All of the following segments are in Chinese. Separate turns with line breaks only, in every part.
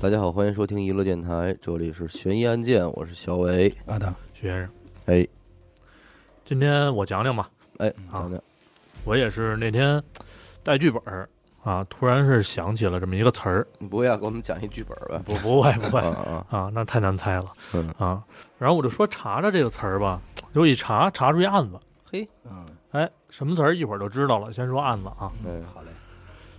大家好，欢迎收听娱乐电台，这里是悬疑案件，我是小伟。
啊的，
徐先生，
哎
今天我讲讲吧，
哎，
啊
讲讲，
我也是那天带剧本儿啊，突然是想起了这么一个词儿，
你不会要给我们讲一剧本吧？
不不会不
啊
会
啊，
啊，那太难猜了
嗯
啊。然后我就说查查这个词儿吧，结果一查查出一案子，
嘿，
嗯
哎，什么词儿一会儿就知道了。先说案子啊，
嗯
好嘞，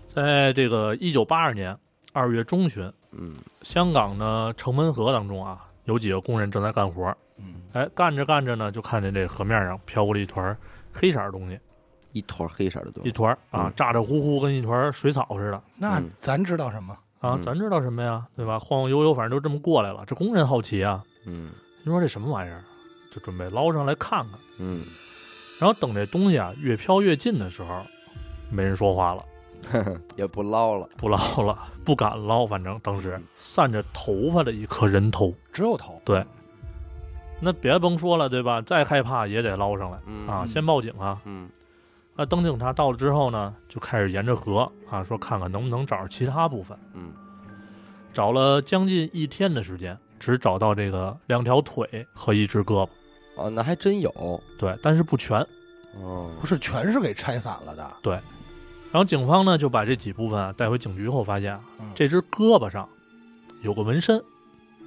在这个一九八二年二月中旬，
嗯
香港的城门河当中啊，有几个工人正在干活儿，
嗯，
哎，干着干着呢，就看见这河面上飘过了一团儿黑色儿东西，
一坨黑色的东
一
西，
团儿啊
嗯，
咋咋呼呼跟一团儿水草似的。
那
嗯
咱知道什么？
啊
嗯，
咱知道什么呀，对吧？晃晃悠悠，反正就这么过来了。这工人好奇啊，
嗯
你说这什么玩意儿，就准备捞上来看看。
嗯，
然后等这东西啊越飘越近的时候，没人说话了，
也不捞了，
不捞了， 不敢捞。反正当
嗯
时散着头发的一颗人头，
只有头，
那别甭说了，对吧？再害怕也得捞上来
嗯
啊！先报警啊！
嗯
那等警察到了之后呢，就开始沿着河啊，说看看能不能找着其他部分。
嗯
找了将近一天的时间，只找到这个两条腿和一只胳膊。
哦，那还真有
对，但是不全。
哦
不，是全是给拆散了的。
然后警方呢就把这几部分啊带回警局后，发现啊
嗯
这只胳膊上有个纹身，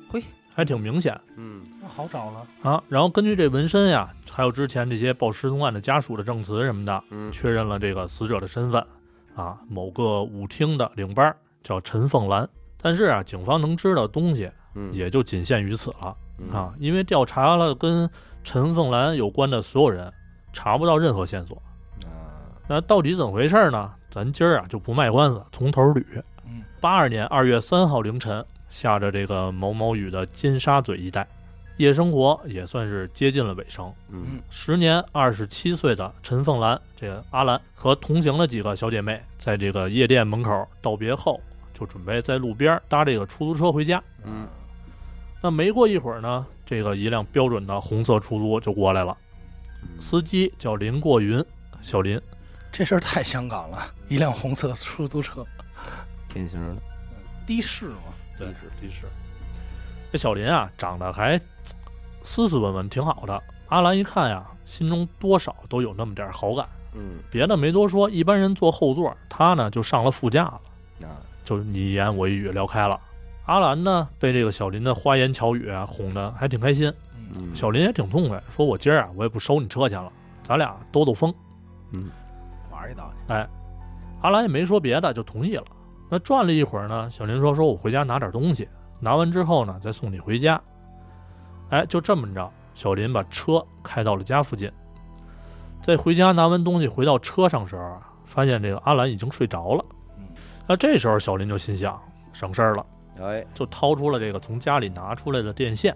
嘿，
还挺明显
嗯
那好找了，
啊。然后根据这纹身呀，还有之前这些报失踪案的家属的证词什么的，
嗯
确认了这个死者的身份啊，某个舞厅的领班叫陈凤兰。但是啊，警方能知道的东西
嗯
也就仅限于此了
嗯
啊，因为调查了跟陈凤兰有关的所有人，查不到任何线索。
啊
那到底怎么回事呢？咱今儿啊就不卖关子，从头捋。
嗯，
八二年二月三号凌晨，下着这个毛毛雨的金沙嘴一带，夜生活也算是接近了尾声。
嗯
时年二十七岁的陈凤兰，这个阿兰和同行的几个小姐妹，在这个夜店门口道别后，就准备在路边搭这个出租车回家。
嗯
那没过一会儿呢，这个一辆标准的红色出租就过来了，
嗯
司机叫林过云，小林。
这事儿太香港了，一辆红色出租车，
典型的，
的士嘛，
对
的，
的士。这小林啊，长得还嘖斯斯文文，挺好的。阿兰一看呀，心中多少都有那么点儿好感。
嗯
别的没多说，一般人坐后座，他呢就上了副驾了，
啊
就你一言我一语聊开了。阿兰呢，被这个小林的花言巧语啊哄得还挺开心，
嗯，
嗯
小林也挺痛快，说我今儿啊我也不收你车钱了，咱俩兜兜风。
嗯
玩一道去，
阿兰也没说别的，就同意了。那转了一会儿呢，小林说：“说我回家拿点东西，拿完之后呢，再送你回家。”哎，就这么着，小林把车开到了家附近。在回家拿完东西回到车上时候啊，发现这个阿兰已经睡着了
嗯。
那这时候小林就心想省事儿了，
哎
就掏出了这个从家里拿出来的电线，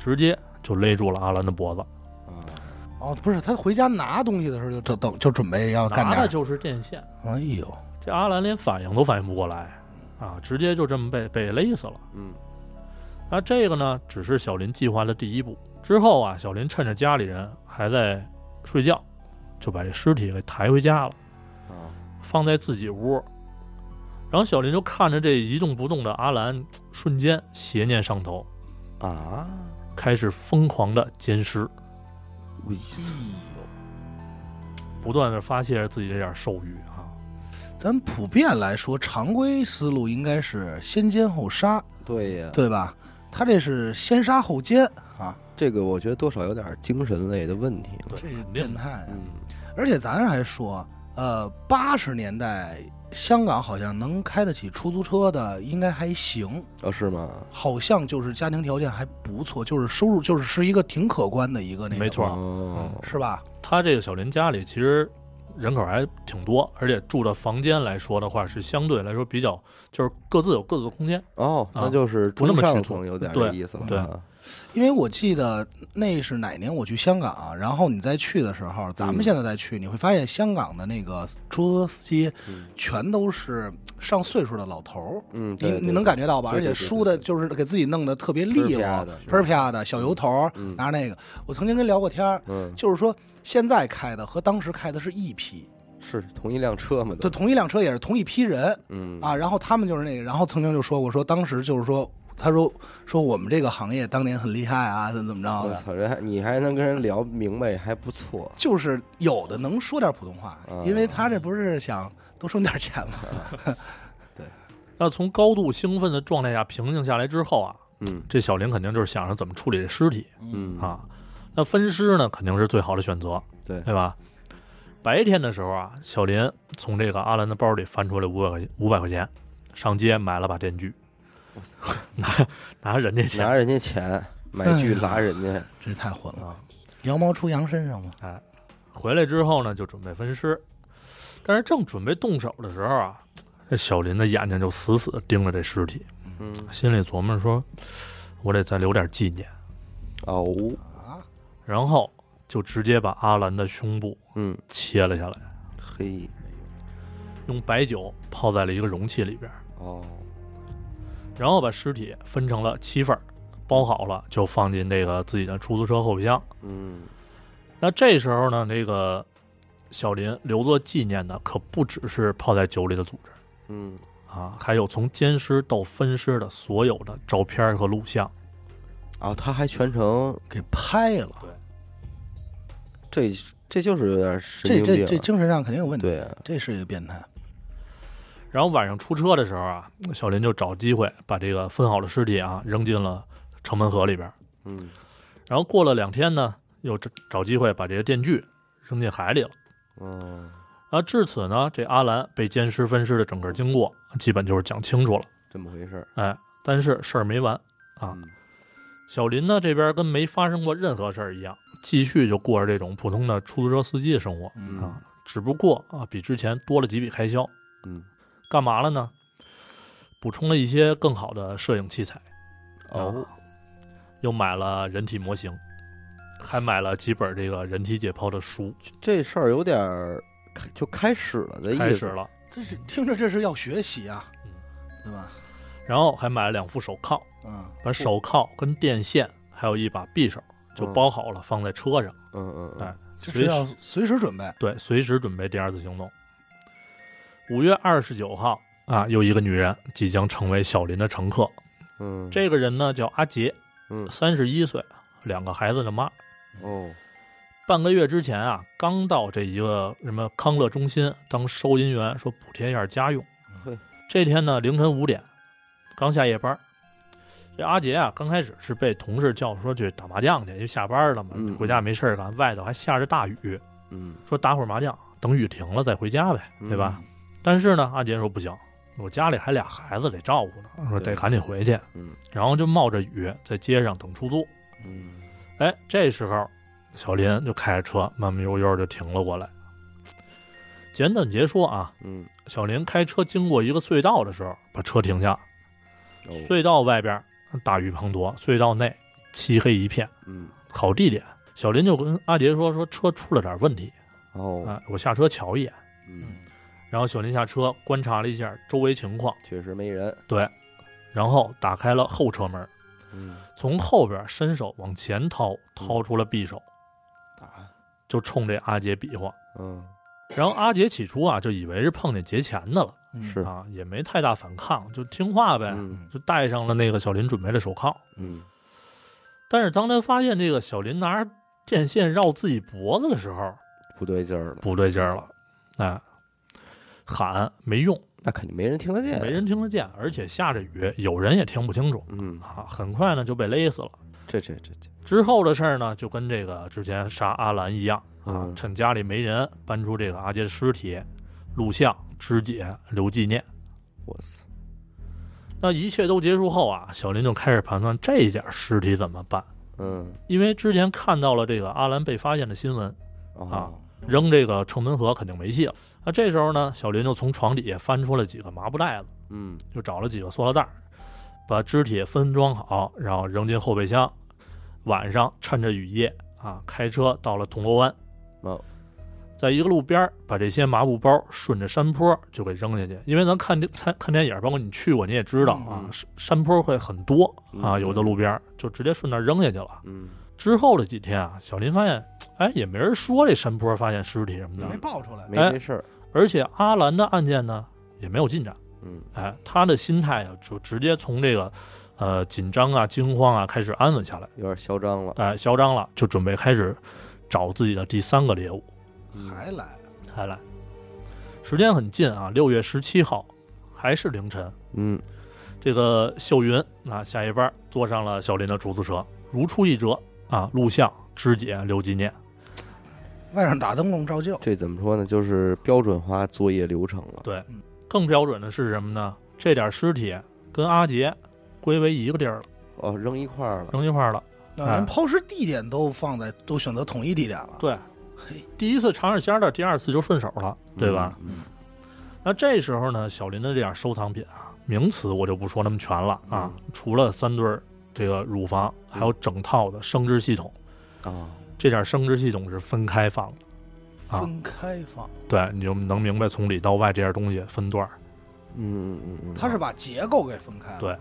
直接就勒住了阿兰的脖子。
啊
哦，不是，他回家拿东西的时候就就等就准备要哦干
拿
点
的
儿，
就是电线，
哎呦，
这阿兰连反应都反应不过来啊，直接就这么被被勒死了。
嗯
那这个呢，只是小林计划的第一步。之后啊，小林趁着家里人还在睡觉，就把这尸体给抬回家了，
啊
放在自己屋。然后小林就看着这一动不动的阿兰，瞬间邪念上头，
啊，
开始疯狂的奸尸，哎
喂
不断的发泄着自己这点兽欲啊。
咱普遍来说，常规思路应该是先奸后杀，
对呀，
对吧？他这是先杀后奸啊，
这个我觉得多少有点精神类的问题了，
对
这是
肯定
变
的，
态啊。
嗯
而且咱还说，呃，八十年代香港好像能开得起出租车的应该还行，
哦是吗？
好像就是家庭条件还不错，就是收入就是是一个挺可观的一个那个，
没错
哦
是吧？
他这个小林家里其实人口还挺多，而且住的房间来说的话，是相对来说比较就是各自有各自的空间。
哦，
啊
那就是
不那
中
么
上
局促
层有点
对
这意思了。
对
啊，
因为我记得那是哪年我去香港、啊然后你再去的时候，咱
嗯
们现在再去，你会发现香港的那个出租车司机
嗯
全都是上岁数的老头儿。
嗯，
你
对
你能感觉到吧？
对
而
对
且
对
梳
对
的
对
就是给自己弄得特别利
儿啪
落
的，是
喷儿啪的小油头儿，
嗯
拿着那个。我曾经跟聊过天儿，
嗯
就是说现在开的和当时开的是一批，
是同一辆车嘛？
对，，同一辆车也是同一批人
嗯
啊。然后他们就是那个，然后曾经就说过，说当时就是说，他说说我们这个行业当年很厉害啊，怎么怎么着
我
的，
操，人还你还能跟人聊明白，还不错。
就是有的能说点普通话，
嗯
因为他这不是想多挣点钱嘛。
那从高度兴奋的状态下平静下来之后啊，
嗯
这小林肯定就是想着怎么处理这尸体
嗯，
啊。那分尸呢，肯定是最好的选择，
对
对吧？白天的时候啊，小林从这个阿兰的包里翻出来五百块五百块钱，上街买了把电锯， 拿拿人家钱
拿人家钱买
哎
剧拉人家，
这太混了，羊毛出羊身上嘛。
回来之后呢，就准备分尸，但是正准备动手的时候啊，这小林的眼睛就死死地盯着这尸体，
嗯，
心里琢磨说：“我得再留点纪念。
哦，
啊，”
然后就直接把阿兰的胸部
嗯，
切了下来，
嘿，
用白酒泡在了一个容器里边，
哦，
然后把尸体分成了七份儿，包好了就放进这个自己的出租车后备箱。
嗯，
那这时候呢，这个小林留作纪念的可不只是泡在酒里的组织。
嗯，
啊，还有从奸尸到分尸的所有的照片儿和录像。
哦，他还全程，
给拍了，
这这就是有点神
这
经病
这
啊，
这精神上肯定有问题，
对啊，
这是一个变态。
然后晚上出车的时候啊，小林就找机会把这个分好的尸体啊扔进了城门河里边儿。
嗯，
然后过了两天呢，又找找机会把这个电锯扔进海里了。
哦，
啊，至此呢，这阿兰被奸尸分尸的整个经过基本就是讲清楚了。
这么回事儿
哎，但是事儿没完，啊，
嗯
小林呢这边跟没发生过任何事儿一样，继续就过着这种普通的出租车司机的生活。
嗯
啊只不过啊，比之前多了几笔开销。
嗯，
干嘛了呢？补充了一些更好的摄影器材，
哦，
又买了人体模型，还买了几本这个人体解剖的书，
这事儿有点儿开就开始了的意思，
开始，了。
这是听着这是要学习啊
嗯，
对吧？
然后还买了两副手铐，
嗯，
哦
把手铐跟电线还有一把匕首就包好了，放在车上，
嗯嗯，
哎
嗯，
就是
随
要
时
随时准备。
对随时准备第二次行动。五月二十九号啊，有一个女人即将成为小林的乘客，
嗯，
这个人呢叫阿杰，
嗯
三十一岁，两个孩子的妈。
哦，
半个月之前啊，刚到这一个什么康乐中心当收银员，说补贴一下家用
嘿。
这天呢，凌晨五点，刚下夜班。这阿杰啊，刚开始是被同事叫说去打麻将去，因为下班了嘛
嗯，
回家没事儿干，外头还下着大雨，
嗯，
说打会儿麻将，等雨停了再回家呗，
嗯
对吧？？但是呢，阿杰说不行，我家里还俩孩子得照顾呢，说
对
得赶紧回去。
嗯
然后就冒着雨在街上等出租。
嗯，
哎，这时候小林就开着车慢慢悠悠就停了过来。简短截说啊，
嗯，
小林开车经过一个隧道的时候，把车停下。
哦，
隧道外边大雨滂沱，隧道内漆黑一片，
嗯，
好地点。小林就跟阿杰说：“说车出了点问题，
哦，
啊，我下车瞧一眼。
嗯，”
然后小林下车观察了一下周围情况，
确实没人，
然后打开了后车门，
嗯，
从后边伸手往前掏，掏出了匕首，
打，
就冲这阿杰比划。
嗯，
然后阿杰起初啊，就以为是碰见劫钱的了
嗯
是，
啊，也没太大反抗，就听话呗，
嗯
就戴上了那个小林准备的手铐。
嗯，
但是当他发现这个小林拿着电线绕自己脖子的时候，
不对劲儿了，
不对劲儿了，哎，喊没用，
那肯定没人听得见，
没，人听得见，而且下着雨，有人也听不清楚
嗯，
啊。很快呢就被勒死了。
这这这这，
之后的事儿呢，就跟这个之前杀阿兰一样啊
嗯，
趁家里没人，搬出这个阿杰的尸体、录像、肢解留纪念。
我操，
那一切都结束后啊，小林就开始盘算这点尸体怎么办，
嗯，
因为之前看到了这个阿兰被发现的新闻，
哦
啊，扔这个城门河肯定没戏了。那这时候呢，小林就从床底下翻出了几个麻布袋子，
嗯，
就找了几个塑料袋儿，把肢体分装好，然后扔进后备箱。晚上趁着雨夜啊，开车到了铜锣湾，
哦，
在一个路边儿把这些麻布包顺着山坡就给扔下去，因为咱看电看看电影，包括你去过你也知道啊
嗯，
山山坡会很多啊
嗯
啊，有的路边儿就直接顺那儿扔下去了。
嗯，
之后的几天啊，小林发现，哎，也没人说这山坡发现尸体什么
也
的
没，爆出来。
没
哎
这事儿，
而且阿兰的案件呢也没有进展。
嗯
哎，他的心态啊，就直接从这个呃紧张啊、惊慌啊开始安稳下来，
有点嚣张了，
哎，嚣张了，就准备开始找自己的第三个猎物。
嗯
还来，
还来，时间很近啊，六月十七号，还是凌晨。
嗯
这个秀云啊，下一班坐上了小林的出租车，如出一辙啊，录像、肢解、留纪念。
外甥打灯笼照旧。啊
这怎么说呢？就是标准化作业流程了。
更标准的是什么呢？这点尸体跟阿杰归为一个地儿了，
哦，扔一块儿了，
扔一块儿了。
啊，连抛尸地点都放在都选择统一地点了。
对
嘿，
第一次尝着鲜儿的，第二次就顺手了，对吧？
嗯？嗯
那这时候呢，小林的这点收藏品啊，名词我就不说那么全了啊，
嗯
除了三对儿这个乳房，还有整套的生殖系统，
啊，
这点生殖系统是分开放的。啊嗯
分开放，
对，你就能明白从里到外这点东西分段儿。
嗯嗯嗯嗯，
他是把结构给分开了。
对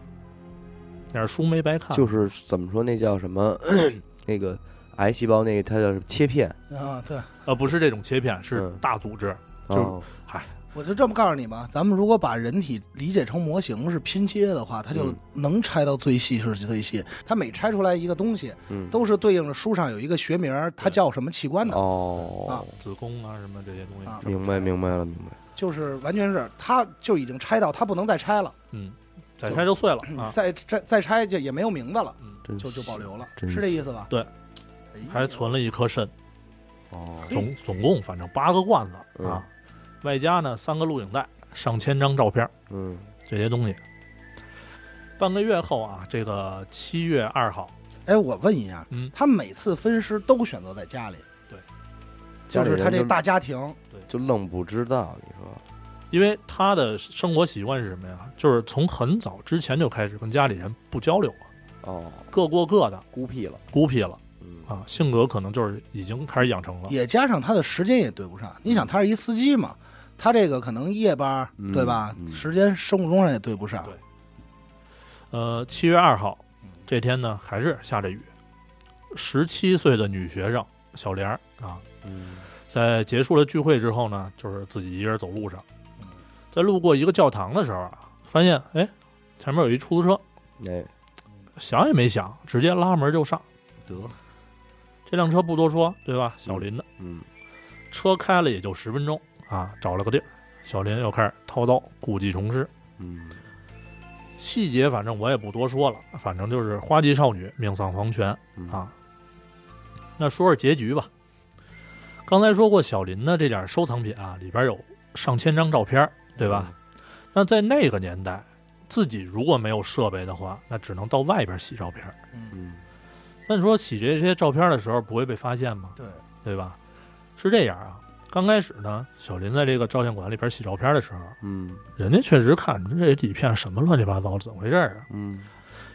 那书没白看，
啊就是怎么说那叫什么 那个癌细胞那个它叫什么切片，
啊，对，
呃，不是这种切片，是
嗯
大组织。就
哦
我就这么告诉你吧，咱们如果把人体理解成模型是拼接的话，它就
嗯
能拆到最细是最细。它每拆出来一个东西，
嗯
都是对应着书上有一个学名，它叫什么器官的，
哦，
子宫啊，什么这些东西
啊，
明白明白了明白，
就是完全是它就已经拆到它不能再拆了，
嗯，再拆就碎 了啊，
再拆再拆就也没有名字了，
嗯，
真
就就保留了，
真
是这意思吧？
对
哎呀，
还存了一颗肾，
哦，
总总共反正八个罐
嗯
子啊，外加呢三个录影带，上千张照片，
嗯
这些东西。半个月后啊，这个七月二号，
哎，我问一下，
嗯
他每次分尸都选择在家里，
对，
家
就是
里
他
人
这
就啊
大家庭，
就愣不知道，你说
因为他的生活习惯是什么呀？就是从很早之前就开始跟家里人不交流了，
哦，
各过各的，
孤僻了，
孤僻了。
嗯
啊，性格可能就是已经开始养成了。
也加上他的时间也对不上。你想，他是一司机嘛，他这个可能夜班，
嗯
对吧？
嗯
时间生物钟上也对不上
对。呃，七月二号
嗯
这天呢，还是下着雨。十七岁的女学生小莲儿啊，
嗯
在结束了聚会之后呢，就是自己一个人走路上
嗯，
在路过一个教堂的时候啊，发现哎，前面有一出租车，
哎
想也没想，直接拉门就上。
得，
这辆车不多说，对吧？小林的
嗯
车开了也就十分钟啊，找了个地儿，小林又开始掏刀，故技重施。
嗯
细节反正我也不多说了，反正就是花季少女命丧黄泉
嗯
啊。那说说结局吧。刚才说过，小林的这点收藏品啊，里边有上千张照片，对
嗯
吧？？那在那个年代，自己如果没有设备的话，那只能到外边洗照片。
嗯，
嗯
那你说洗这些照片的时候不会被发现吗？
对，
对吧？是这样啊。刚开始呢，小林在这个照相馆里边洗照片的时候，
嗯
人家确实看这底片什么乱七八糟，怎么回事儿啊？
嗯，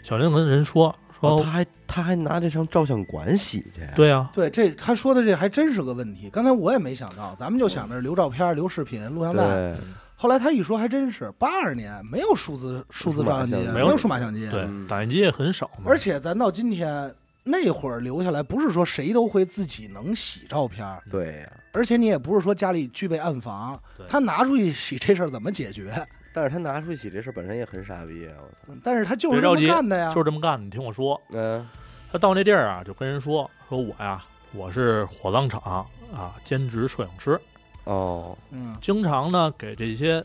小林跟人说说
哦，他还他还拿这上照相馆洗去，
对啊，
对，这他说的这还真是个问题。刚才我也没想到，咱们就想着留照片、留视频、录像带。
嗯对，
后来他一说，还真是八二年没有数字数字照相机，
没有
没有数码相机，
对
嗯，
打印机也很少嘛。
啊而且咱到今天那会儿留下来，不是说谁都会自己能洗照片儿，
对呀，
而且你也不是说家里具备暗房
对，
他拿出去洗这事儿怎么解决？
但是他拿出去洗这事儿本身也很傻逼啊，我操，
但是他就是
别
这
着
么
急
干的呀
就。是这么干，你听我说，
嗯
他到那地儿啊，就跟人说说我呀，我是火葬场啊兼职摄影师，
哦，
嗯，
经常呢给这些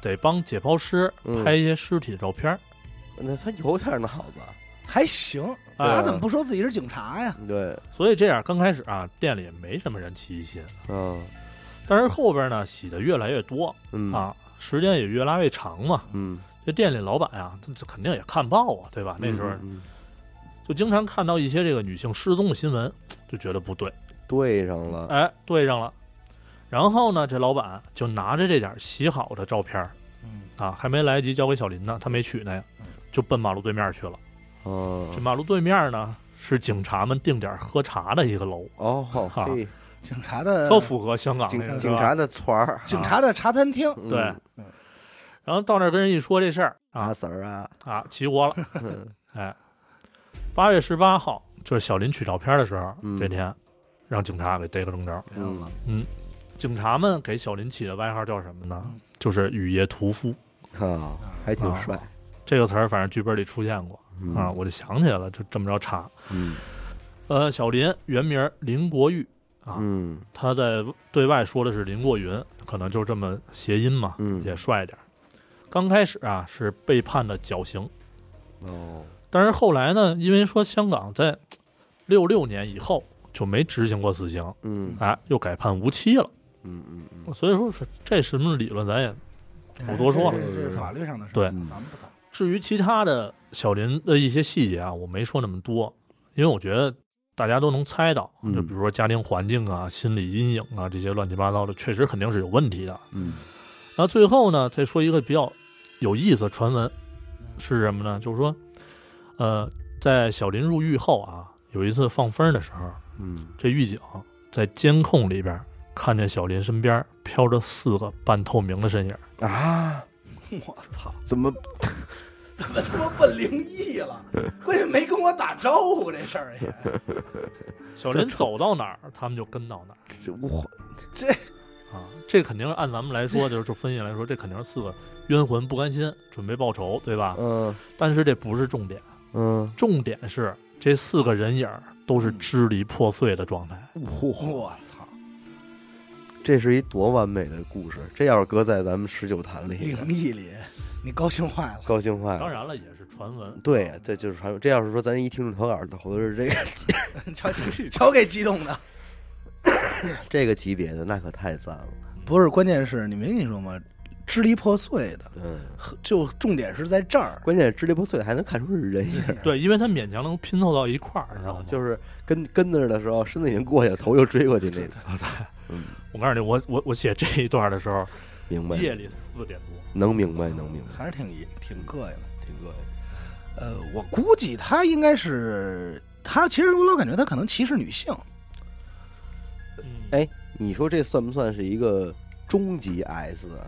得帮解剖师
嗯
拍一些尸体的照片儿。
那他有点脑子，
还行。
哎
他怎么不说自己是警察呀？
对，
所以这样刚开始啊，店里也没什么人起疑心，
嗯
但是后边呢洗的越来越多
嗯
啊，时间也越拉越长嘛。
嗯，
这店里老板啊，这这肯定也看报啊，对吧？那时候
嗯嗯
就经常看到一些这个女性失踪的新闻，就觉得不对。
嗯对上了，
哎，对上了。然后呢，这老板就拿着这点洗好的照片儿
嗯，
啊，还没来得及交给小林呢，他没取呢，就奔马路对面去了。这
嗯
马路对面呢是警察们定点喝茶的一个楼，
哦，
哈
嘿，
警察的
特符合香港啊那
嗯警
个
警。
是吧
察的团儿，
警察的茶餐厅，
嗯
对啊然后到那儿跟人一说这事儿
阿
啊
Sir 啊，
啊，齐活了。
嗯
哎，八月十八号就是小林取照片的时候，
嗯
这天让警察给逮个正着。
嗯
嗯
警察们给小林起的外号叫什么呢
嗯？
就是雨夜屠夫
啊，还挺帅
这个词儿，反正剧本里出现过啊，
嗯
我就想起来了，就这么着查。
嗯
呃，小林原名林国玉，啊
嗯
他在对外说的是林过云，可能就这么谐音嘛，
嗯
也帅点儿。刚开始啊是被判的绞刑，
哦，
但是后来呢，因为说香港在六六年以后就没执行过死刑，
嗯
哎，又改判无期了。
嗯嗯嗯，
所以说是这什么理论咱也不多说了
哎这这这是法律上的事，
对嗯
咱们不谈。
至于其他的小林的一些细节啊，我没说那么多，因为我觉得大家都能猜到，
嗯
就比如说家庭环境啊、心理阴影啊这些乱七八糟的，确实肯定是有问题的。
嗯
然后最后呢，再说一个比较有意思的传闻是什么呢？就是说，呃，在小林入狱后啊，有一次放风的时候，
嗯
这狱警在监控里边看见小林身边飘着四个半透明的身影。
啊，
我操，
怎么
怎么他妈奔灵异了？关键没跟我打招呼这事儿也，
小林走到哪儿，他们就跟到哪儿
这我
啊。这肯定是按咱们来说，就是就分析来说，这肯定是四个冤魂不甘心，准备报仇，对吧？
嗯
但是这不是重点，
嗯，
重点是这四个人影儿都是支离破碎的状态。
嗯嚯，
我操，
这是一多完美的故事！这要是搁在咱们十九坛
哎
里，
灵异里你高兴坏了。
高兴坏
当
了。
然了，也是传闻。
对呀，这就是传说。这要是说咱一听众投稿，投的是这个
瞧瞧给激动的。
这个级别的，那可太赞了。
不是，关键是你没跟你说吗？支离破碎的，
嗯，
呵就重点是在这儿。
关键是支离破碎的还能看出是啊人影儿，
对，因为他勉强能拼凑到一块儿，你知道吗？
嗯就是跟跟那儿的时候，身子已经过去了，头又追过去那种。
我告诉你，我我我写这一段的时候，
明白，
夜里四点多。
能明白，能明白，
还是挺挺膈应的。
挺膈应。
呃，我估计他应该是他，其实我老感觉他可能歧视女性。
嗯
哎你说这算不算是一个终极 S 啊？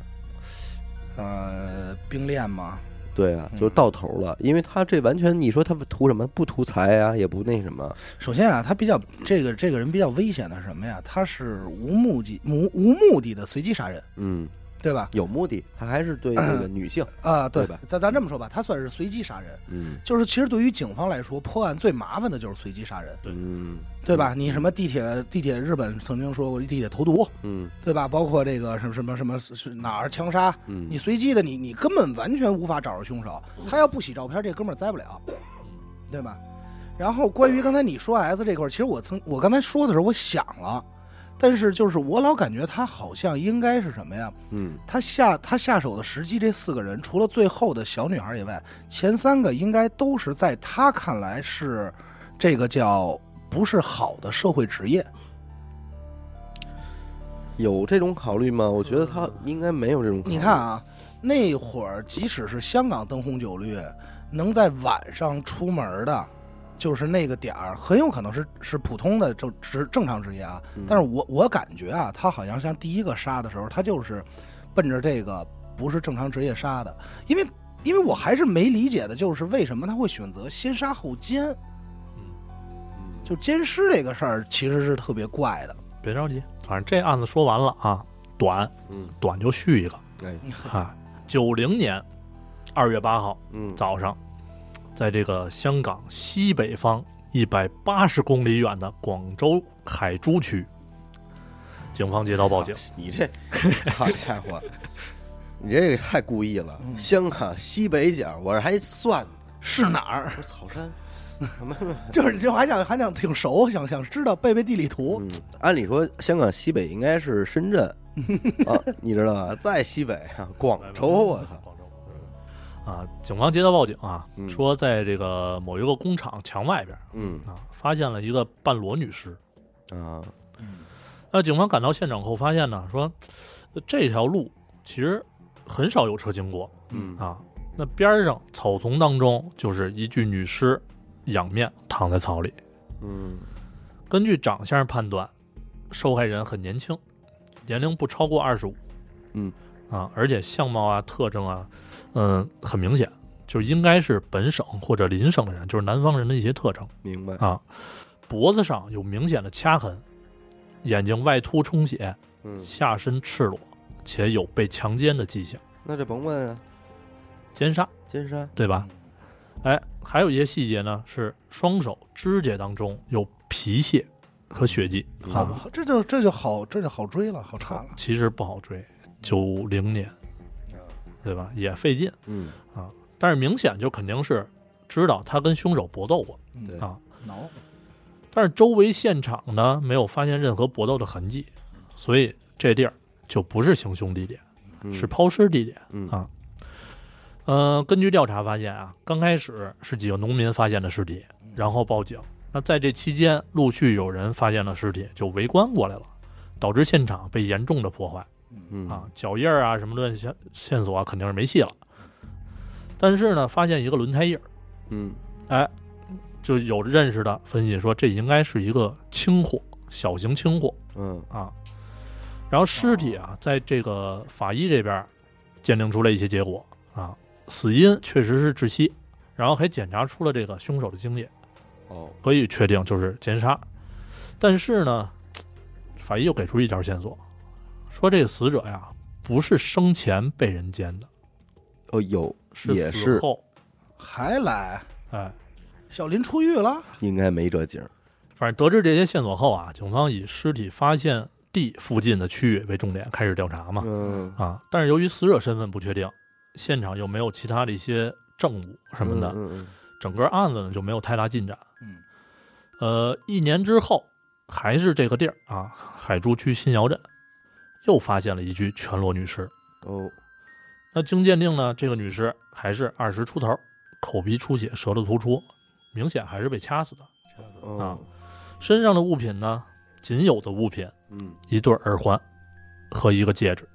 呃，冰恋嘛，
对啊，
嗯
就是到头了，因为他这完全，你说他图什么？不图财啊，也不那什么。
首先啊，他比较这个这个人比较危险的是什么呀？他是无目的无无目的的随机杀人，
嗯，
对吧？
有目的，他还是对 这个女性。
啊、对，
对吧
咱咱这么说吧，他算是随机杀人。
嗯
就是其实对于警方来说，破案最麻烦的就是随机杀人，
对
嗯，
对吧？你什么地铁地铁，日本曾经说过地铁投毒，
嗯
对吧？包括这个什么什么什么是哪儿枪杀，
嗯，
你随机的你你根本完全无法找着凶手。他要不洗照片，这哥们儿栽不了，对吧？然后关于刚才你说 S 这块儿，其实我曾我刚才说的时候我想了，但是就是我老感觉他好像应该是什么呀？
嗯
他下他下手的时机，这四个人除了最后的小女孩以外，前三个应该都是在他看来是这个叫不是好的社会职业。
有这种考虑吗？我觉得他应该没有这种考虑。
嗯你看，啊，那会儿即使是香港灯红酒绿，能在晚上出门的，就是那个点儿，很有可能是是普通的正职正常职业啊。
嗯
但是我我感觉啊，他好像像第一个杀的时候，他就是奔着这个不是正常职业杀的，因为因为我还是没理解的就是为什么他会选择先杀后奸，
嗯，
嗯
就奸尸这个事儿其实是特别怪 的。
别着急，反正这案子说完了啊，短
嗯，
短就续一个
哎，
啊。九零年二月八号
嗯，
早上，在这个香港西北方一百八十公里远的广州海珠区，警方接到报警。
你这，好家伙，你这个太故意了！
嗯
香港西北角，我这还算呢，
是哪儿？
不是草山。
就是就还想还想挺熟，想想知道背背地理图。
嗯，按理说香港西北应该是深 圳啊，你知道吧？在西北啊，广州，我操！
广州。嗯啊，警方接到报警啊，
嗯
说在这个某一个工厂墙外边
嗯
啊，发现了一个半裸女尸。
啊，
那警方赶到现场后发现呢，说呃这条路其实很少有车经过
嗯
啊，那边儿上草丛当中就是一具女尸，仰面躺在草里。
嗯
根据长相判断，受害人很年轻，年龄不超过二十五。
嗯，
啊，而且相貌啊、特征啊，嗯，很明显，就应该是本省或者邻省的人，就是南方人的一些特征。
明白
啊。脖子上有明显的掐痕，眼睛外凸充血，
嗯，
下身赤裸，且有被强奸的迹象，
那这甭问啊，
奸杀，
金山
对吧？
嗯
哎，还有一些细节呢，是双手指甲当中有皮屑和血迹，
嗯好吧，这就这就好，这就好追了，好查了。
其实不好追，九零年，对吧？也费劲，
嗯，
但是明显就肯定是知道他跟凶手搏斗过，
嗯
对
啊
挠
但是周围现场呢没有发现任何搏斗的痕迹，所以这地儿就不是行凶地点，
嗯
是抛尸地点。
嗯
啊呃，根据调查发现啊，刚开始是几个农民发现的尸体，
嗯
然后报警。那在这期间，陆续有人发现了尸体，就围观过来了，导致现场被严重的破坏
嗯
啊，脚印儿啊什么乱线线索啊，肯定是没戏了。但是呢，发现一个轮胎印儿，
嗯
就有认识的分析说，这应该是一个轻货，小型轻货
嗯
啊。然后尸体啊，在这个法医这边儿鉴定出了一些结果啊，死因确实是窒息，然后还检查出了这个凶手的精液，
哦，
可以确定就是奸杀。但是呢，法医又给出一条线索，说这个死者呀不是生前被人奸的，
哦有也
死
是
后。
还来，
哎，
小林出狱了，
应该没这景儿，
反正得知这些线索后啊，警方以尸体发现地附近的区域为重点开始调查嘛。
嗯
啊，但是由于死者身份不确定，现场又没有其他的一些证物什么的，
嗯嗯
整个案子呢就没有太大进展。
嗯，
呃，一年之后，还是这个地儿啊，海珠区新窑镇，又发现了一具全裸女尸。
哦
那经鉴定呢，这个女尸还是二十出头，口鼻出血，舌头突出，明显还是被掐死的。啊
哦
身上的物品呢，仅有的物品
嗯，
一对耳环和一个戒指。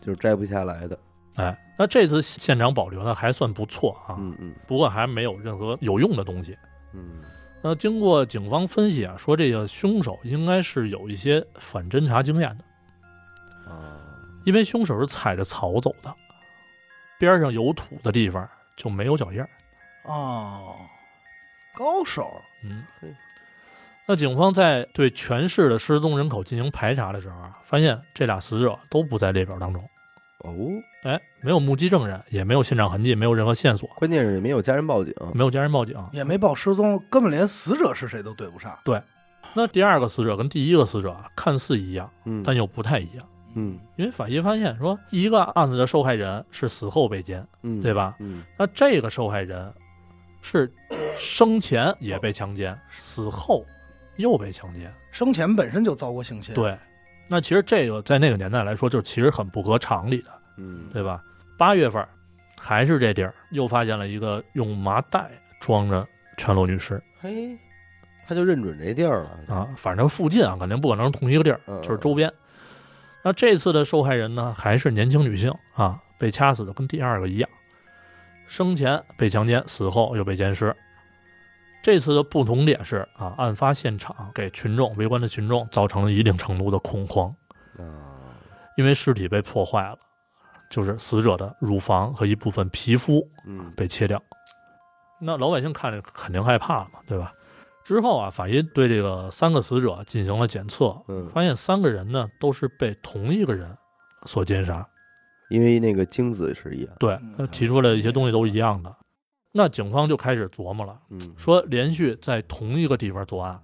就是摘不下来的，
哎，那这次现场保留呢还算不错啊，
嗯嗯
不过还没有任何有用的东西。
嗯
那经过警方分析啊，说这个凶手应该是有一些反侦查经验的，
啊，
因为凶手是踩着草走的，边上有土的地方就没有脚印儿。
哦，高手，
嗯
嘿，
那警方在对全市的失踪人口进行排查的时候啊，发现这俩死者都不在列表当中。
哦，
哎，没有目击证人，也没有现场痕迹，没有任何线索，
关键是也没有家人报警，
没有家人报警。
也没报失踪，根本连死者是谁都对不上。
那第二个死者跟第一个死者啊看似一样，
嗯
但又不太一样，
嗯
因为法医发现说，第一个案子的受害人是死后被奸，
嗯
对？吧？
嗯
那这个受害人是生前也被强奸，死后又被强奸。
生前本身就遭过性侵，，
对，那其实这个在那个年代来说，就其实很不合常理的，
嗯
对吧？八月份，还是这地儿又发现了一个用麻袋装着全裸女尸
嘿，他就认准这地儿了，
啊，反正附近啊，肯定不可能是同一个地儿，
嗯
就是周边。那这次的受害人呢，还是年轻女性啊，被掐死的跟第二个一样，生前被强奸，死后又被奸尸。这次的不同点是啊，案发现场给群众围观的群众造成了一定程度的恐慌，
啊，
因为尸体被破坏了，就是死者的乳房和一部分皮肤
嗯
被切掉。那老百姓看着肯定害怕了嘛，对吧？之后啊，法医对这个三个死者进行了检测，
嗯，
发现三个人呢都是被同一个人所奸杀。
因为那个精子是一样，
对
嗯，
他提出来的一些东西
啊
都是一样的。那警方就开始琢磨了，
嗯，
说连续在同一个地方作案，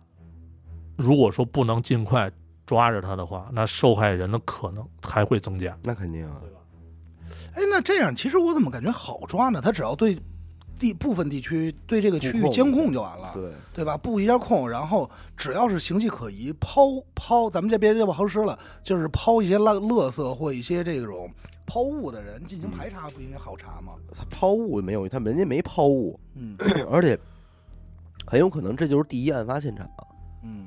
如果说不能尽快抓着他的话，那受害人的可能还会增
嗯
加。
那肯定啊，
哎，那这样其实我怎么感觉好抓呢？他只要对地部分地区对这个区
布
域
控
监控就完了，
对，
对吧？布一下控，然后只要是形迹可疑，抛抛，咱们这边就不好使了，就是抛一些垃垃圾或一些这种抛物的人进
嗯
行排查，不应该好查吗？
他抛物没有，他人家没抛物，
嗯
而且很有可能这就是第一案发现场。
嗯，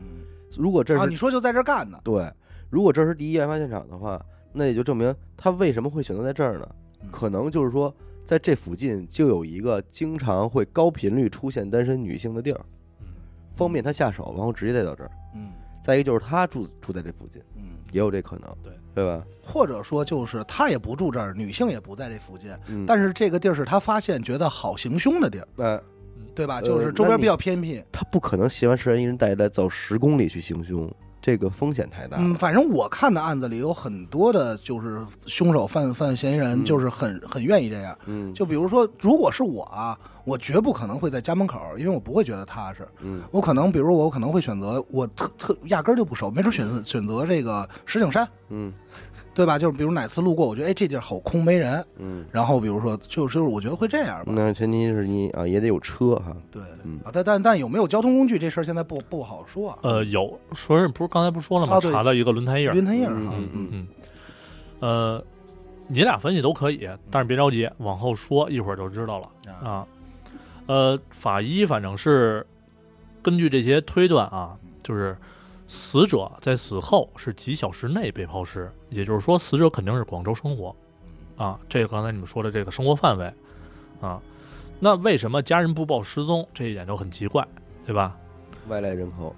如果这
啊，
是、
你说就在这儿干呢？
对，如果这是第一案发现场的话，那也就证明他为什么会选择在这儿呢？
嗯
可能就是说，在这附近就有一个经常会高频率出现单身女性的地儿，
嗯，
方便他下手，然后直接带到这儿。
嗯，
再一个就是他住住在这附近，
嗯，
也有这可能，
对
对吧？
或者说就是他也不住这儿，女性也不在这附近，
嗯，
但是这个地儿是他发现觉得好行凶的地儿，
呃，
对吧？
呃
就是周
那
边
你
比较偏僻。
他不可能携完尸人一人带来走十公里去行凶，这个风险太大了。
嗯，反正我看的案子里有很多的，就是凶手犯犯嫌疑人，
嗯
就是很很愿意这样。
嗯，
就比如说，如果是我啊，我绝不可能会在家门口，因为我不会觉得踏实。
嗯
我可能，比如我可能会选择，我特特压根儿就不熟，没准选择选择这个石景山，
嗯
对吧？就是比如哪次路过，我觉得哎这地儿好空没人，
嗯，
然后比如说就是就是我觉得会这样吧。
那前提是你啊也得有车哈。
对
嗯
啊，但但但有没有交通工具这事儿现在不不好说啊。
呃，有说是不是刚才不是说了吗？
啊对
查到一个轮胎印儿，
云吞印儿啊，
嗯
嗯嗯，呃，你俩分析都可以，但是别着急，往后说一会儿就知道了
嗯
啊
啊。呃，法医反正是根据这些推断啊，就是死者在死后是几小时内被抛尸，也就是说死者肯定是广州生活啊，这个刚才你们说的这个生活范围啊，那为什么家人不报失踪？这一点就很奇怪，对吧？
外来人口，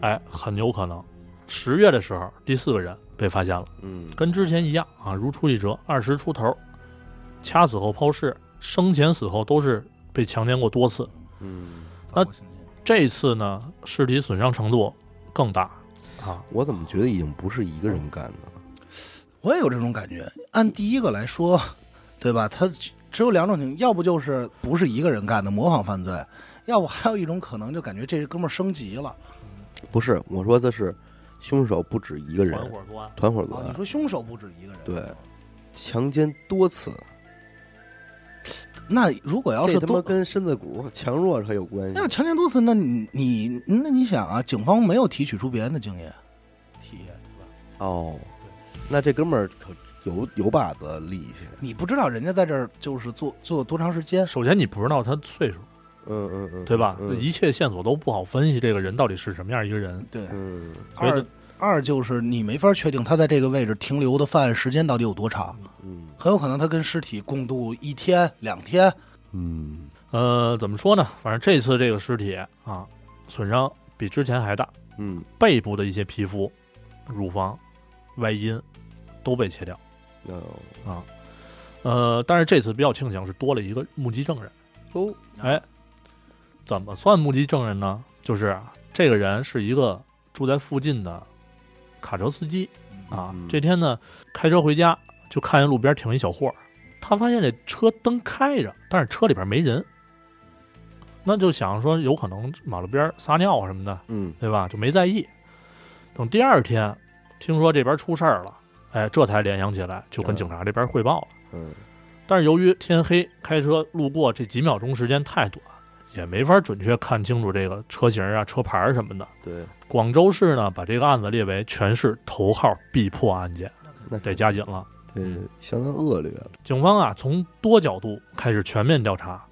哎，很有可能十月的时候第四个人被发现了。
嗯
跟之前一样啊，如出一辙，二十出头，掐死后抛尸，生前死后都是被强奸过多次。
嗯，
早过新鲜
这次呢，尸体损伤程度更大啊，
我怎么觉得已经不是一个人干的了？
我也有这种感觉。按第一个来说，对吧？他只有两种情况，要不就是不是一个人干的模仿犯罪，要不还有一种可能，就感觉这哥们儿升级了。
不是，我说的是凶手不止一个人
团，伙作案。
团伙作
哦，你
案，
说凶手不止一个人，
对，强奸多次，
那如果要
这
哦是
他妈
多，
跟身子骨强弱还有关系
那。强奸多次，那你你那你想啊，警方没有提取出别人的精液，体液。对吧
哦，那这哥们儿可有有把子力气。
你不知道人家在这儿就是做做多长时间，
首先，你不知道他岁数，
嗯嗯嗯，
对吧？
嗯
一切线索都不好分析，这个人到底是什么样一个人。
对。
嗯
所以
二
这
二就是你没法确定他在这个位置停留的犯案时间到底有多长，
嗯
很有可能他跟尸体共度一天两天，
嗯，
呃，怎么说呢？反正这次这个尸体啊，损伤比之前还大，
嗯，
背部的一些皮肤、乳房、外阴都被切掉。
哦
呃，但是这次比较庆幸是多了一个目击证人。
哦，
哎，怎么算目击证人呢？就是啊这个人是一个住在附近的卡车司机啊
嗯。
这天呢，开车回家就看见路边停一小货儿，他发现这车灯开着，但是车里边没人，那就想说有可能马路边儿撒尿啊什么的，
嗯
对吧？就没在意。等第二天听说这边出事儿了，哎，这才联想起来，就跟警察这边汇报了。
嗯
但是由于天黑，开车路过这几秒钟时间太短，也没法准确看清楚这个车型啊、车牌什么的。
对，
广州市呢，把这个案子列为全市头号必破案件，
那
得加紧了。嗯
这相当恶劣了。
警方啊，从多角度开始全面调查，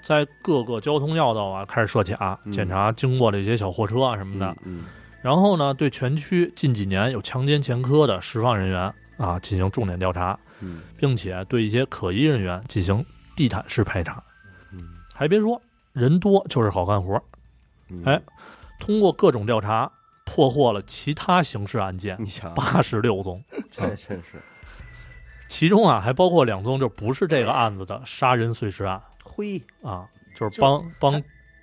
在各个交通要道啊开始设卡，
嗯
检查经过的一些小货车啊什么的。
嗯
然后呢，对全区近几年有强奸前科的释放人员啊进行重点调查，
嗯
并且对一些可疑人员进行地毯式排查。
嗯
还别说，人多就是好干活。
嗯，
哎，通过各种调查，破获了其他刑事案件
你瞧，
八十六宗，
这真是，
其中啊还包括两宗就不是这个案子的杀人碎尸案
嘿，
啊，就是
就
帮帮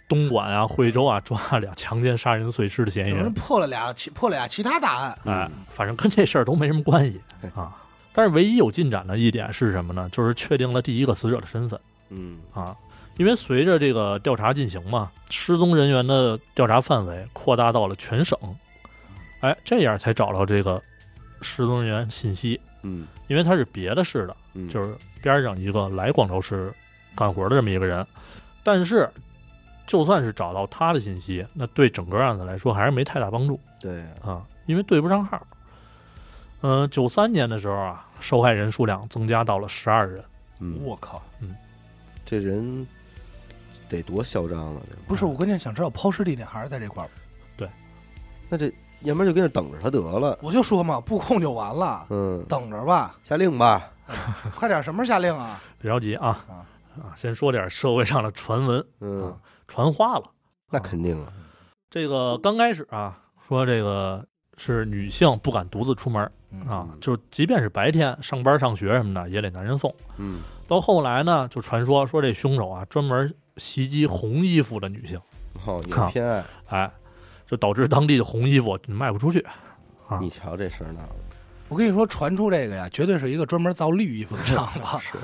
东莞啊、惠州啊抓了俩强奸杀人碎尸的
哎
嫌疑
有人
人。
破了俩其破了俩其他大案，
哎，反正跟这事儿都没什么关系啊。但是唯一有进展的一点是什么呢？就是确定了第一个死者的身份
嗯
啊。因为随着这个调查进行嘛，失踪人员的调查范围扩大到了全省，哎，这样才找到这个失踪人员信息。
嗯
因为他是别的市的，
嗯，
就是边上一个来广州市干活的这么一个人，但是就算是找到他的信息，那对整个案子来说还是没太大帮助
对，
啊，因为对不上号。嗯、呃，九三年的时候啊，受害人数量增加到了十二人。
嗯，
我靠！
这人得多嚣张啊！这
不是，我关键想知道抛尸地点还是在这块儿。
那这要不然就跟那等着他得了，
我就说嘛，布控就完了，
嗯，
等着 吧，
下令吧，
快点，什么时候下令啊？
别着急啊
啊
啊，先说点社会上的传闻
嗯
啊，传话了。
那肯定啊，
这个刚开始啊，说这个是女性不敢独自出门儿啊，
嗯
就即便是白天上班上学什么的，也得男人送。
嗯，
到后来呢，就传说说这凶手啊专门袭击红衣服的女性，
哦，你
靠
的偏爱，
哎，就导致当地的红衣服卖不出去。啊
你瞧这事儿闹的，。
我跟你说，传出这个呀，绝对是一个专门造绿衣服的厂子
是，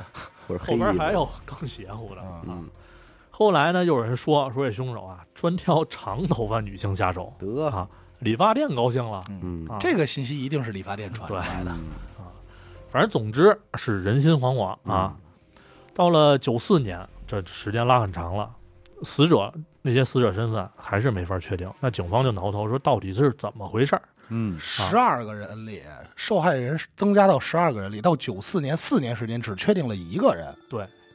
或者黑
后
衣
边
服
还，有更邪乎的啊。
嗯，
后来呢，又有人说说这凶手啊专挑长头发女性下手，
得，
啊理发店高兴了。
嗯，
啊、
这个信息一定是理发店传出来的。
嗯
反正总之是人心惶惶
嗯
啊。到了九四年，这时间拉很长了，死者那些死者身份还是没法确定。那警方就挠头说，到底是怎么回事儿？
嗯，
十二个人里，受害人增加到十二个人里，到九四年四年时间只确定了一个人。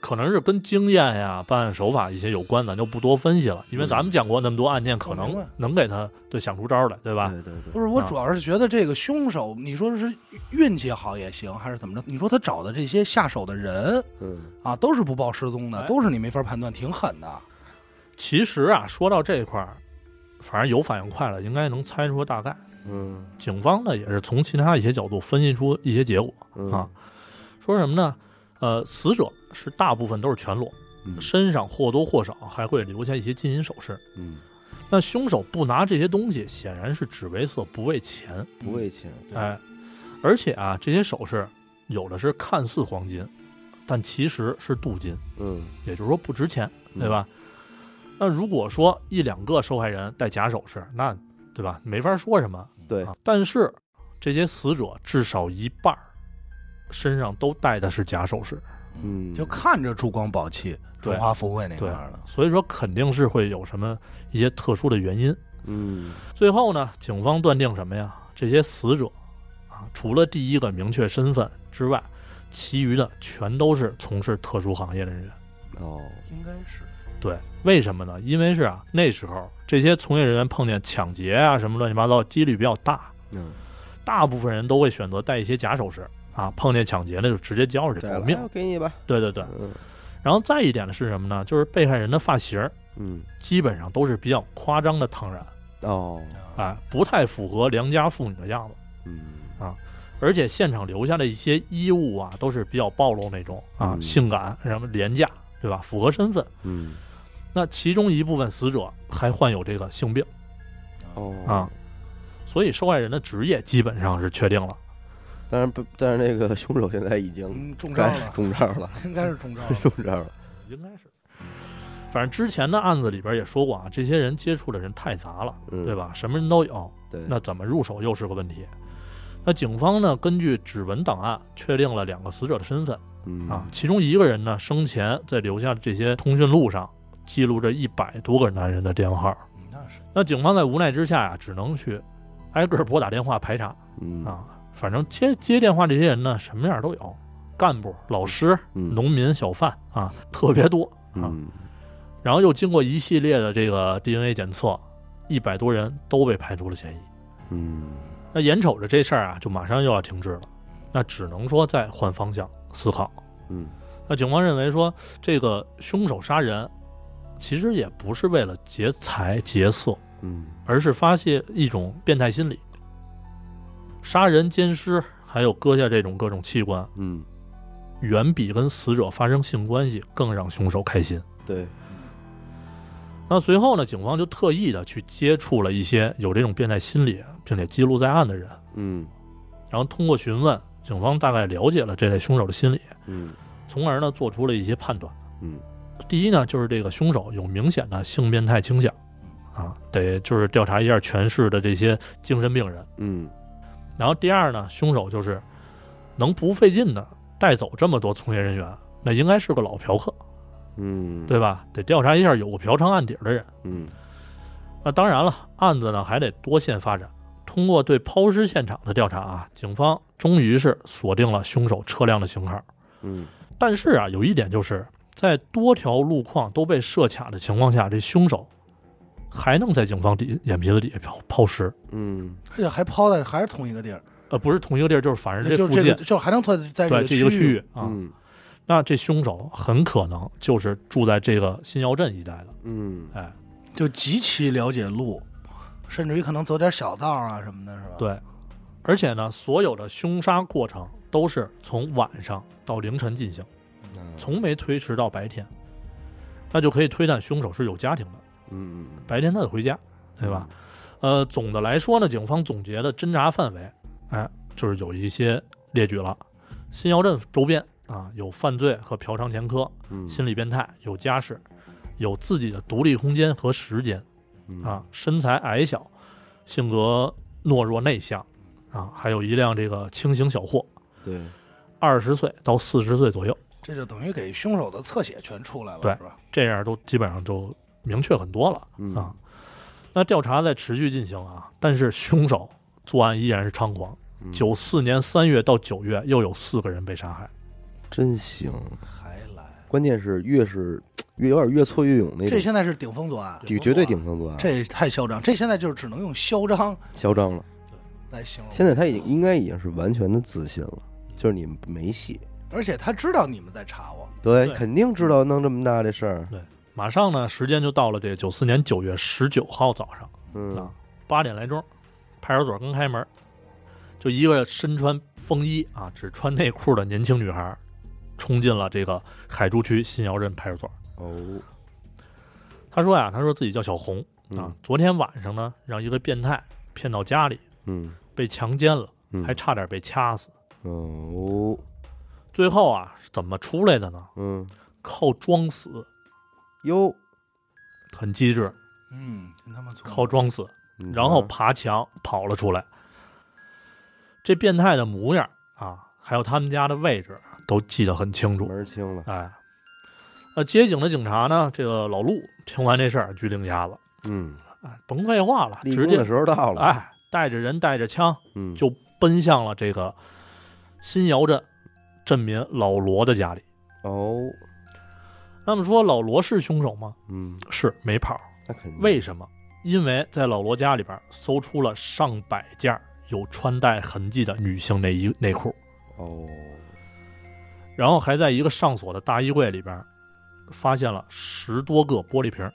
可能是跟经验呀、办案手法一些有关，咱就不多分析了，因为咱们讲过那么多案件，可
明
能
白
能给他对想出招来，对吧？
对对对，
不是，我
啊
主要是觉得这个凶手，你说是运气好也行，还是怎么着？你说他找的这些下手的人
嗯
啊，都是不报失踪的
哎，
都是你没法判断，挺狠的。
其实啊，说到这块儿，反正有反应快了，应该能猜出大概。
嗯
警方呢也是从其他一些角度分析出一些结果，
嗯
啊，说什么呢？呃，死者是大部分都是全裸，
嗯
身上或多或少还会留下一些金银首饰。
嗯，
那凶手不拿这些东西，显然是只为色不为钱。
不为钱，
哎，而且啊，这些首饰有的是看似黄金，但其实是镀金，
嗯，
也就是说不值钱，
嗯
对吧？那如果说一两个受害人戴假首饰，那对吧？没法说什么。
对
啊，但是这些死者至少一半儿身上都戴的是假首饰，
嗯，
就看着珠光宝气、
对
荣华富贵那块
对
儿的，
所以说肯定是会有什么一些特殊的原因。
嗯
最后呢，警方断定什么呀？这些死者啊，除了第一个明确身份之外，其余的全都是从事特殊行业的人员。
哦，
应该是。
对，为什么呢？因为是啊，那时候这些从业人员碰见抢劫啊什么乱七八糟，几率比较大，
嗯，
大部分人都会选择戴一些假首饰啊。碰见抢劫的就直接交出去
对
保
了，
命啊
哎。我给你吧，
对对对。
嗯
然后再一点的是什么呢？就是被害人的发型儿
嗯，
基本上都是比较夸张的烫染，
哦，
哎，不太符合良家妇女的样子。
嗯
而且现场留下的一些衣物啊，都是比较暴露那种啊，
嗯
性感什么廉价，对吧？符合身份。
嗯，
那其中一部分死者还患有这个性病，
哦
啊，所以受害人的职业基本上是确定了。
但是不，但是那个凶手现在已经
嗯，中招
该
了，
中招了，
应该是中招了。
中招了，
应该是。反正之前的案子里边也说过啊，这些人接触的人太杂了，
嗯，
对？吧？什么人都有，
对，
那怎么入手又是个问题。那警方呢，根据指纹档案确定了两个死者的身份，
嗯
啊，其中一个人呢，生前在留下这些通讯录上记录着一百多个男人的电话号。
嗯那是
那警方在无奈之下呀、只能去挨个儿拨打电话排查
嗯
啊。反正接接电话这些人呢，什么样都有，干部、老师、
嗯
农民、小贩啊，特别多。啊
嗯
然后又经过一系列的这个 DNA 检测，一百多人都被排除了嫌疑。
嗯
那眼瞅着这事儿啊，就马上又要停滞了，那只能说再换方向思考。
嗯
那警方认为说，这个凶手杀人其实也不是为了劫财劫色，
嗯
而是发泄一种变态心理。杀人、奸尸，还有割下这种各种器官，
嗯，
远比跟死者发生性关系更让凶手开心。
对，
那随后呢，警方就特意的去接触了一些有这种变态心理并且记录在案的人，
嗯
然后通过询问，警方大概了解了这类凶手的心理，
嗯
从而呢做出了一些判断。
嗯
第一呢，就是这个凶手有明显的性变态倾向，啊，得就是调查一下全市的这些精神病人。
嗯
然后第二呢，凶手就是能不费劲的带走这么多从业人员，那应该是个老嫖客，
嗯，
对吧？得调查一下有过嫖娼案底儿的人。
嗯
那当然了，案子呢还得多线发展。通过对抛尸现场的调查啊，警方终于是锁定了凶手车辆的型号。
嗯
但是啊，有一点就是在多条路况都被设卡的情况下，这凶手还能在警方底眼皮子底下抛抛尸，
嗯
而且还抛在还是同一个地儿，
呃，不是同一个地儿，就是反正这
呃就
附
是这
近，
个就还能在在
对这一个区
域。
域啊、
嗯
那这凶手很可能就是住在这个新窑镇一带的，
嗯
哎，
就极其了解路，甚至于可能走点小道啊什么的，是吧？
对，而且呢，所有的凶杀过程都是从晚上到凌晨进行，
嗯
从没推迟到白天，那就可以推断凶手是有家庭的，
嗯嗯
白天他得回家，对吧？呃，总的来说呢，警方总结的侦查范围，哎，就是有一些列举了，新窑镇周边啊有犯罪和嫖娼前科，
嗯
心理变态，有家室，有自己的独立空间和时间。
嗯
啊，身材矮小，性格懦弱内向，啊，还有一辆这个轻型小货，
对，
二十岁到四十岁左右，
这就等于给凶手的侧写全出来了，
对
是吧？
这样都基本上就明确很多了
嗯
啊。那调查在持续进行啊，但是凶手作案依然是猖狂。
嗯
九四年三月到九月，又有四个人被杀害。
真行，
还来，
关键是越是越有点越挫越勇那
这
种，
现在是顶风作案，
顶绝对顶风作案，
这也太嚣张，这现在就是只能用嚣张
嚣张了。
来形容。
现在他已经应该已经是完全的自信了，就是你们没戏，
而且他知道你们在查我，
对，
对嗯
肯定知道弄这么大这事儿，
马上呢，时间就到了这九四年九月十九号早上
嗯
啊，八点来钟，派出所刚开门，就一个身穿风衣啊，只穿内裤的年轻女孩，冲进了这个海珠区新窑镇派出所。
哦，
她说呀，她说自己叫小红啊
嗯，
昨天晚上呢，让一个变态骗到家里，
嗯
被强奸了，
嗯，
还差点被掐死。
哦，
最后啊，是怎么出来的呢？
嗯，
靠装死，
哟，
很机智，
嗯，真他妈聪明
靠装死。
你
然后
看
爬墙跑了出来。这变态的模样啊，还有他们家的位置都记得很清楚
门。儿清了，
哎，呃，接警的警察呢，这个老陆听完这事儿，居零下了，
嗯，
哎，甭废话了，
立
直
功
接
的时候到了，
哎，带着人带着枪
嗯，
就奔向了这个新窑镇镇民老罗的家里。
哦，
那么说，老罗是凶手吗？
嗯，
是，没跑。
那肯定，
为什么？因为在老罗家里边搜出了上百件有穿戴痕迹的女性内衣内裤，
哦，
然后还在一个上锁的大衣柜里边发现了十多个玻璃瓶，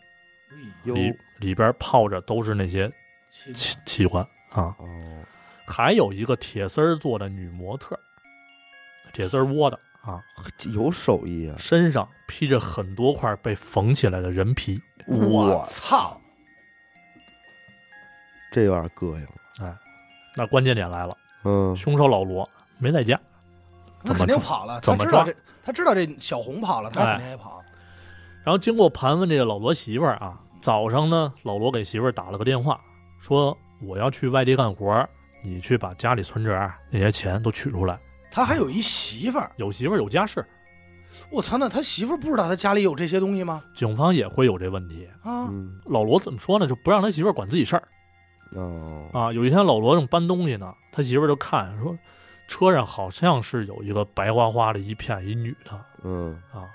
哟，
里里边泡着都是那些
哎
器器官啊，
哦，
还有一个铁丝儿做的女模特，铁丝儿窝的啊，
这有手艺啊，
身上披着很多块被缝起来的人皮，
我操！
这有点膈应，
那关键点来了，
嗯，
凶手老罗没在家，
那
怎么
肯定
抓
跑了，他
怎么
知道
抓
这，他知道这小红跑了，他
哎
肯定也跑。
然后经过盘问，这个老罗媳妇儿啊，早上呢，老罗给媳妇儿打了个电话，说我要去外地干活儿，你去把家里存折啊那些钱都取出来。
他还有一媳妇儿，
有媳妇儿有家室，
我操！那他媳妇儿不知道他家里有这些东西吗？
警方也会有这问题。
啊，
嗯，
老罗怎么说呢？就不让他媳妇儿管自己事儿
哦，
啊。有一天，老罗正搬东西呢，他媳妇儿就看说，车上好像是有一个白花花的一片一女的
嗯
啊，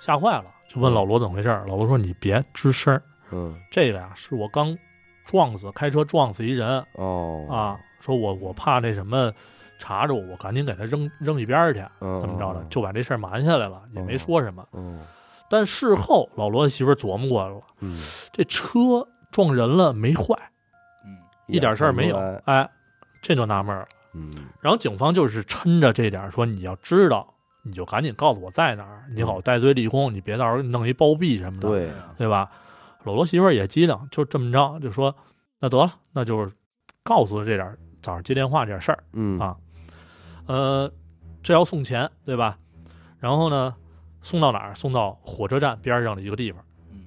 吓坏了，就问老罗怎么回事儿。老罗说：“你别吱声儿，
嗯，
这个呀、是我刚撞死，开车撞死一人，
哦，
啊，说我我怕那什么查着我，我赶紧给他扔扔一边儿去，
嗯，
怎么着的，
嗯
就把这事儿瞒下来了，也没说什么。
哦，
但事后老罗的媳妇儿琢磨过来了，
嗯，
这车撞人了没坏，
嗯，
一点事儿没有
看不出来，
哎，这就纳闷儿了。
嗯
然后警方就是抻着这点儿说，你要知道，你就赶紧告诉我在哪儿，你好戴罪立功，你别到时候弄一包庇什么
嗯
的，
对，
对吧？老罗媳妇儿也机灵，就这么着，就说那得了，那就是告诉他这点儿早上接电话这点儿事儿。
嗯
啊呃，这要送钱，对吧？然后呢，送到哪儿？送到火车站边上的一个地方。
嗯，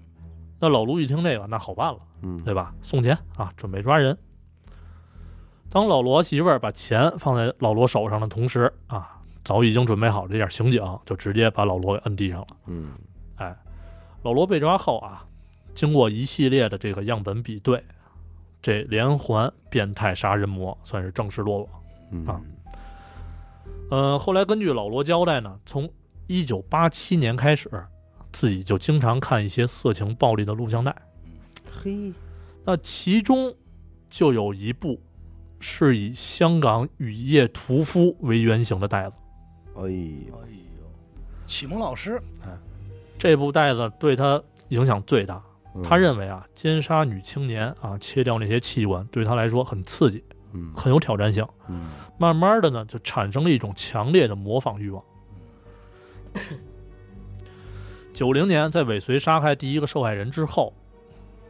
那老卢一听这个，那好办了，
嗯，
对吧？送钱啊，准备抓人。当老罗媳妇儿把钱放在老罗手上的同时啊，早已经准备好这点刑警就直接把老罗给摁地上了。
嗯，
哎，老罗被抓后啊，经过一系列的这个样本比对，这连环变态杀人魔算是正式落网。
嗯
啊，呃，后来根据老罗交代呢，从一九八七年开始，自己就经常看一些色情暴力的录像带。
嘿，
那其中就有一部是以香港雨夜屠夫为原型的带子。
哎呦，
哎呦，启蒙老师，
这部带子对他影响最大，
嗯
他认为啊，奸杀女青年啊，切掉那些器官，对他来说很刺激，
嗯
很有挑战性。
嗯
慢慢的呢，就产生了一种强烈的模仿欲望。九零年，在尾随杀害第一个受害人之后，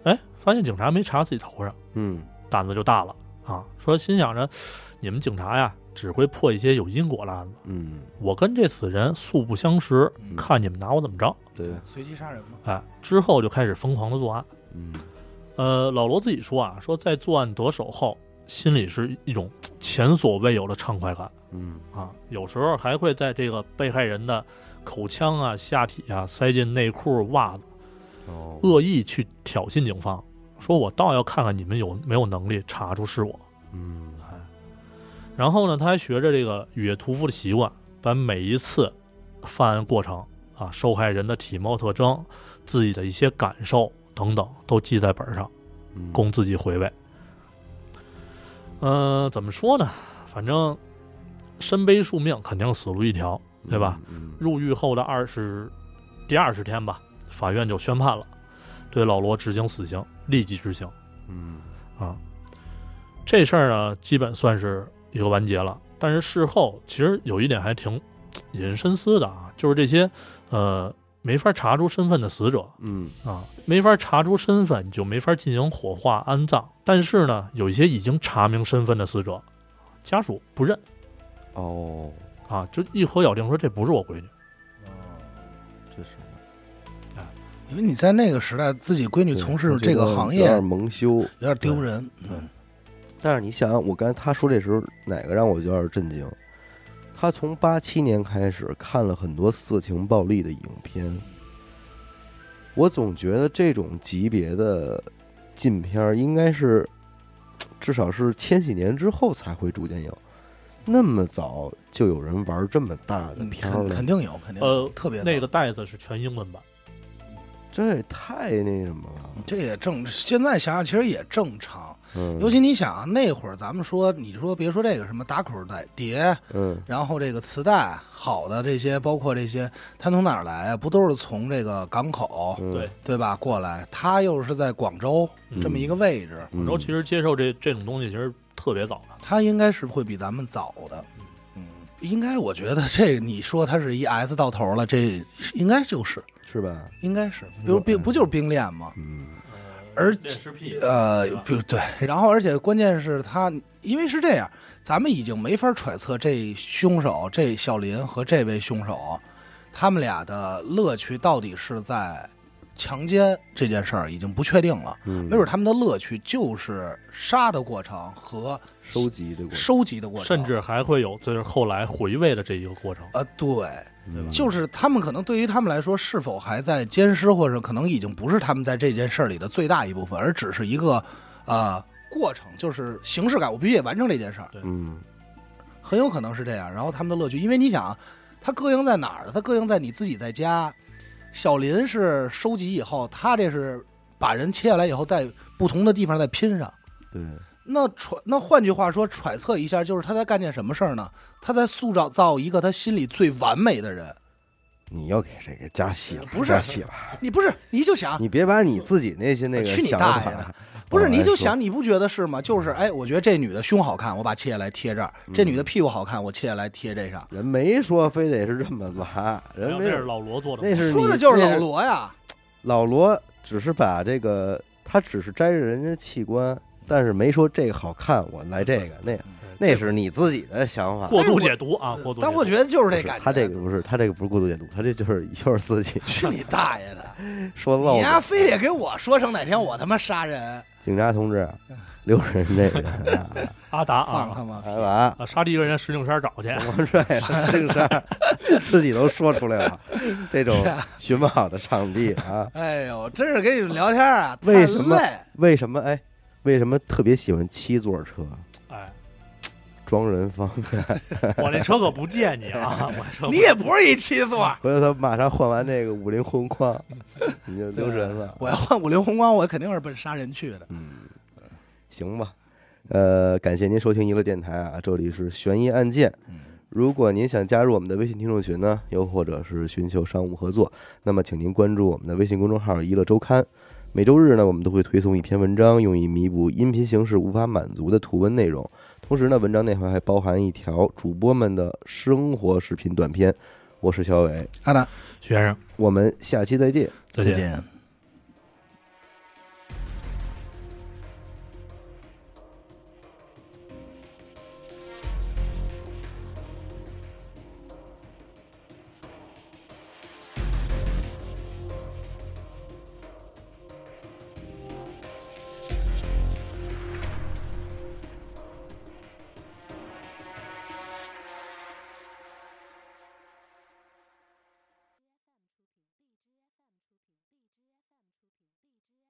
哎，发现警察没查自己头上，
嗯
胆子就大了啊！说心想着，你们警察呀，只会破一些有因果的案子，
嗯，
我跟这死人素不相识，
嗯
看你们拿我怎么着！
对，
随机杀人嘛，
哎，之后就开始疯狂的作案。
嗯
呃，老罗自己说啊，说在作案得手后，心里是一种前所未有的畅快感
嗯
啊，有时候还会在这个被害人的口腔啊、下体啊塞进内裤、袜子，
哦，
恶意去挑衅警方，说我倒要看看你们有没有能力查出是我。
嗯
哎，然后呢，他还学着这个雨夜屠夫的习惯，把每一次犯案过程啊、受害人的体貌特征、自己的一些感受等等都记在本上。
嗯
供自己回味。呃，怎么说呢？反正身背数命，肯定死路一条。对吧？
嗯
入狱后的二十第二十天吧，法院就宣判了，对老罗执行死刑，立即执行
嗯
啊。这事儿呢，基本算是一个完结了。但是事后其实有一点还挺引人深思的啊，就是这些呃没法查出身份的死者，
嗯
啊，没法查出身份，你就没法进行火化安葬。但是呢，有一些已经查明身份的死者，家属不认
哦，
啊，就一口咬定说这不是我闺女。
这是
哦因为你在那个时代，自己闺女从事
对
这
我觉
个
得
行
有
业
点蒙羞。
有点丢人，嗯
但是你想想，我刚才他说这时候哪个让我有点震惊？他从八七年开始看了很多色情暴力的影片，我总觉得这种级别的禁片儿应该是，至少是千禧年之后才会逐渐有。那么早就有人玩这么大的
嗯，
片儿
肯
了
肯，定有，肯定有
呃
特别
那
多
个袋子是全英文版，
这也太那什么了。
这也正，现在想想其实也正常。
嗯，
尤其你想啊，那会儿咱们说，你说别说这个什么打口袋碟，
嗯
然后这个磁带，好的这些，包括这些，它从哪儿来啊？不都是从这个港口
嗯
对，
对吧过来？它又是在广州
嗯
这么一个位置，
嗯
广州其实接受这这种东西其实特别早的。
它应该是会比咱们早的。嗯，应该我觉得这你说它是一 S 到头了，这应该就是
是吧？
应该是，比如冰不就是冰链吗？
嗯
而且
恋尸癖
呃
对吧，
不对，然后而且关键是他，因为是这样，咱们已经没法揣测这凶手这小林和这位凶手，他们俩的乐趣到底是在强奸这件事儿已经不确定了，
嗯，
没准他们的乐趣就是杀的过程和
收集的过程，
收集的过程，
嗯甚至还会有就是后来回味的这一个过程。
呃，对，
对吧
就是他们可能对于他们来说，是否还在监视，或者可能已经不是他们在这件事儿里的最大一部分，而只是一个呃过程，就是形式感。我必须得完成这件事儿，
嗯
很有可能是这样。然后他们的乐趣，因为你想啊，它膈应在哪儿呢？它膈应在你自己在家。小林是收集以后，他这是把人切下来以后，在不同的地方再拼上。
对，
那揣那换句话说，揣测一下，就是他在干件什么事儿呢？他在塑造造一个他心里最完美的人。
你要给这个加戏了，
不是
加戏了，
你不是，你就想
你别把你自己那些那个
去你
想
大
法啊
爷的不是，
往外
你就
说
想，你不觉得是吗？就是，哎，我觉得这女的胸好看，我把切下来贴这儿；
嗯
这女的屁股好看，我切下来贴这上。
人没说非得是这么玩，人
然后
没
那啊是
有
老罗做的
那
吗，
是
说
你
的就是
那
老罗呀，
老罗只是把这个他只是摘着人家器官，但是没说这个好看，我来这个那
嗯
个那是你自己的想法。
过
但是
度
我
解读啊，过度解读。
但我觉得就是
不
这
是
感觉。
他这个不是，他这个不是过度解读，他这就是就是自己
去你大爷的！
说
你
漏
丫
了。
非得给我说成哪天我他妈杀人，
警察同 志，留神这个人啊，
阿达
放
啊
他妈屁！
来吧。
啊，杀第一个人石景山找去。
王帅这个事儿自己都说出来了，这种寻不好的场地啊，
哎呦，真是跟你们聊天啊，太
为什么
累
为什么哎？为什么特别喜欢七座车？
哎，
装人 方便，
我那车可不借你 啊，我车不
你也不是一啊七座。
回头他马上换完这个五菱宏光，你就留神了。
我要换五菱宏光，我肯定是奔杀人去的。
嗯，行吧。呃，感谢您收听娱乐电台啊，这里是悬疑案件。如果您想加入我们的微信听众群呢，又或者是寻求商务合作，那么请您关注我们的微信公众号“娱乐周刊”。每周日呢，我们都会推送一篇文章，用以弥补音频形式无法满足的图文内容。同时呢，文章内核还包含一条主播们的生活视频短片。我是小伟，
阿达，
徐先生，
我们下期再见。
再见。
见。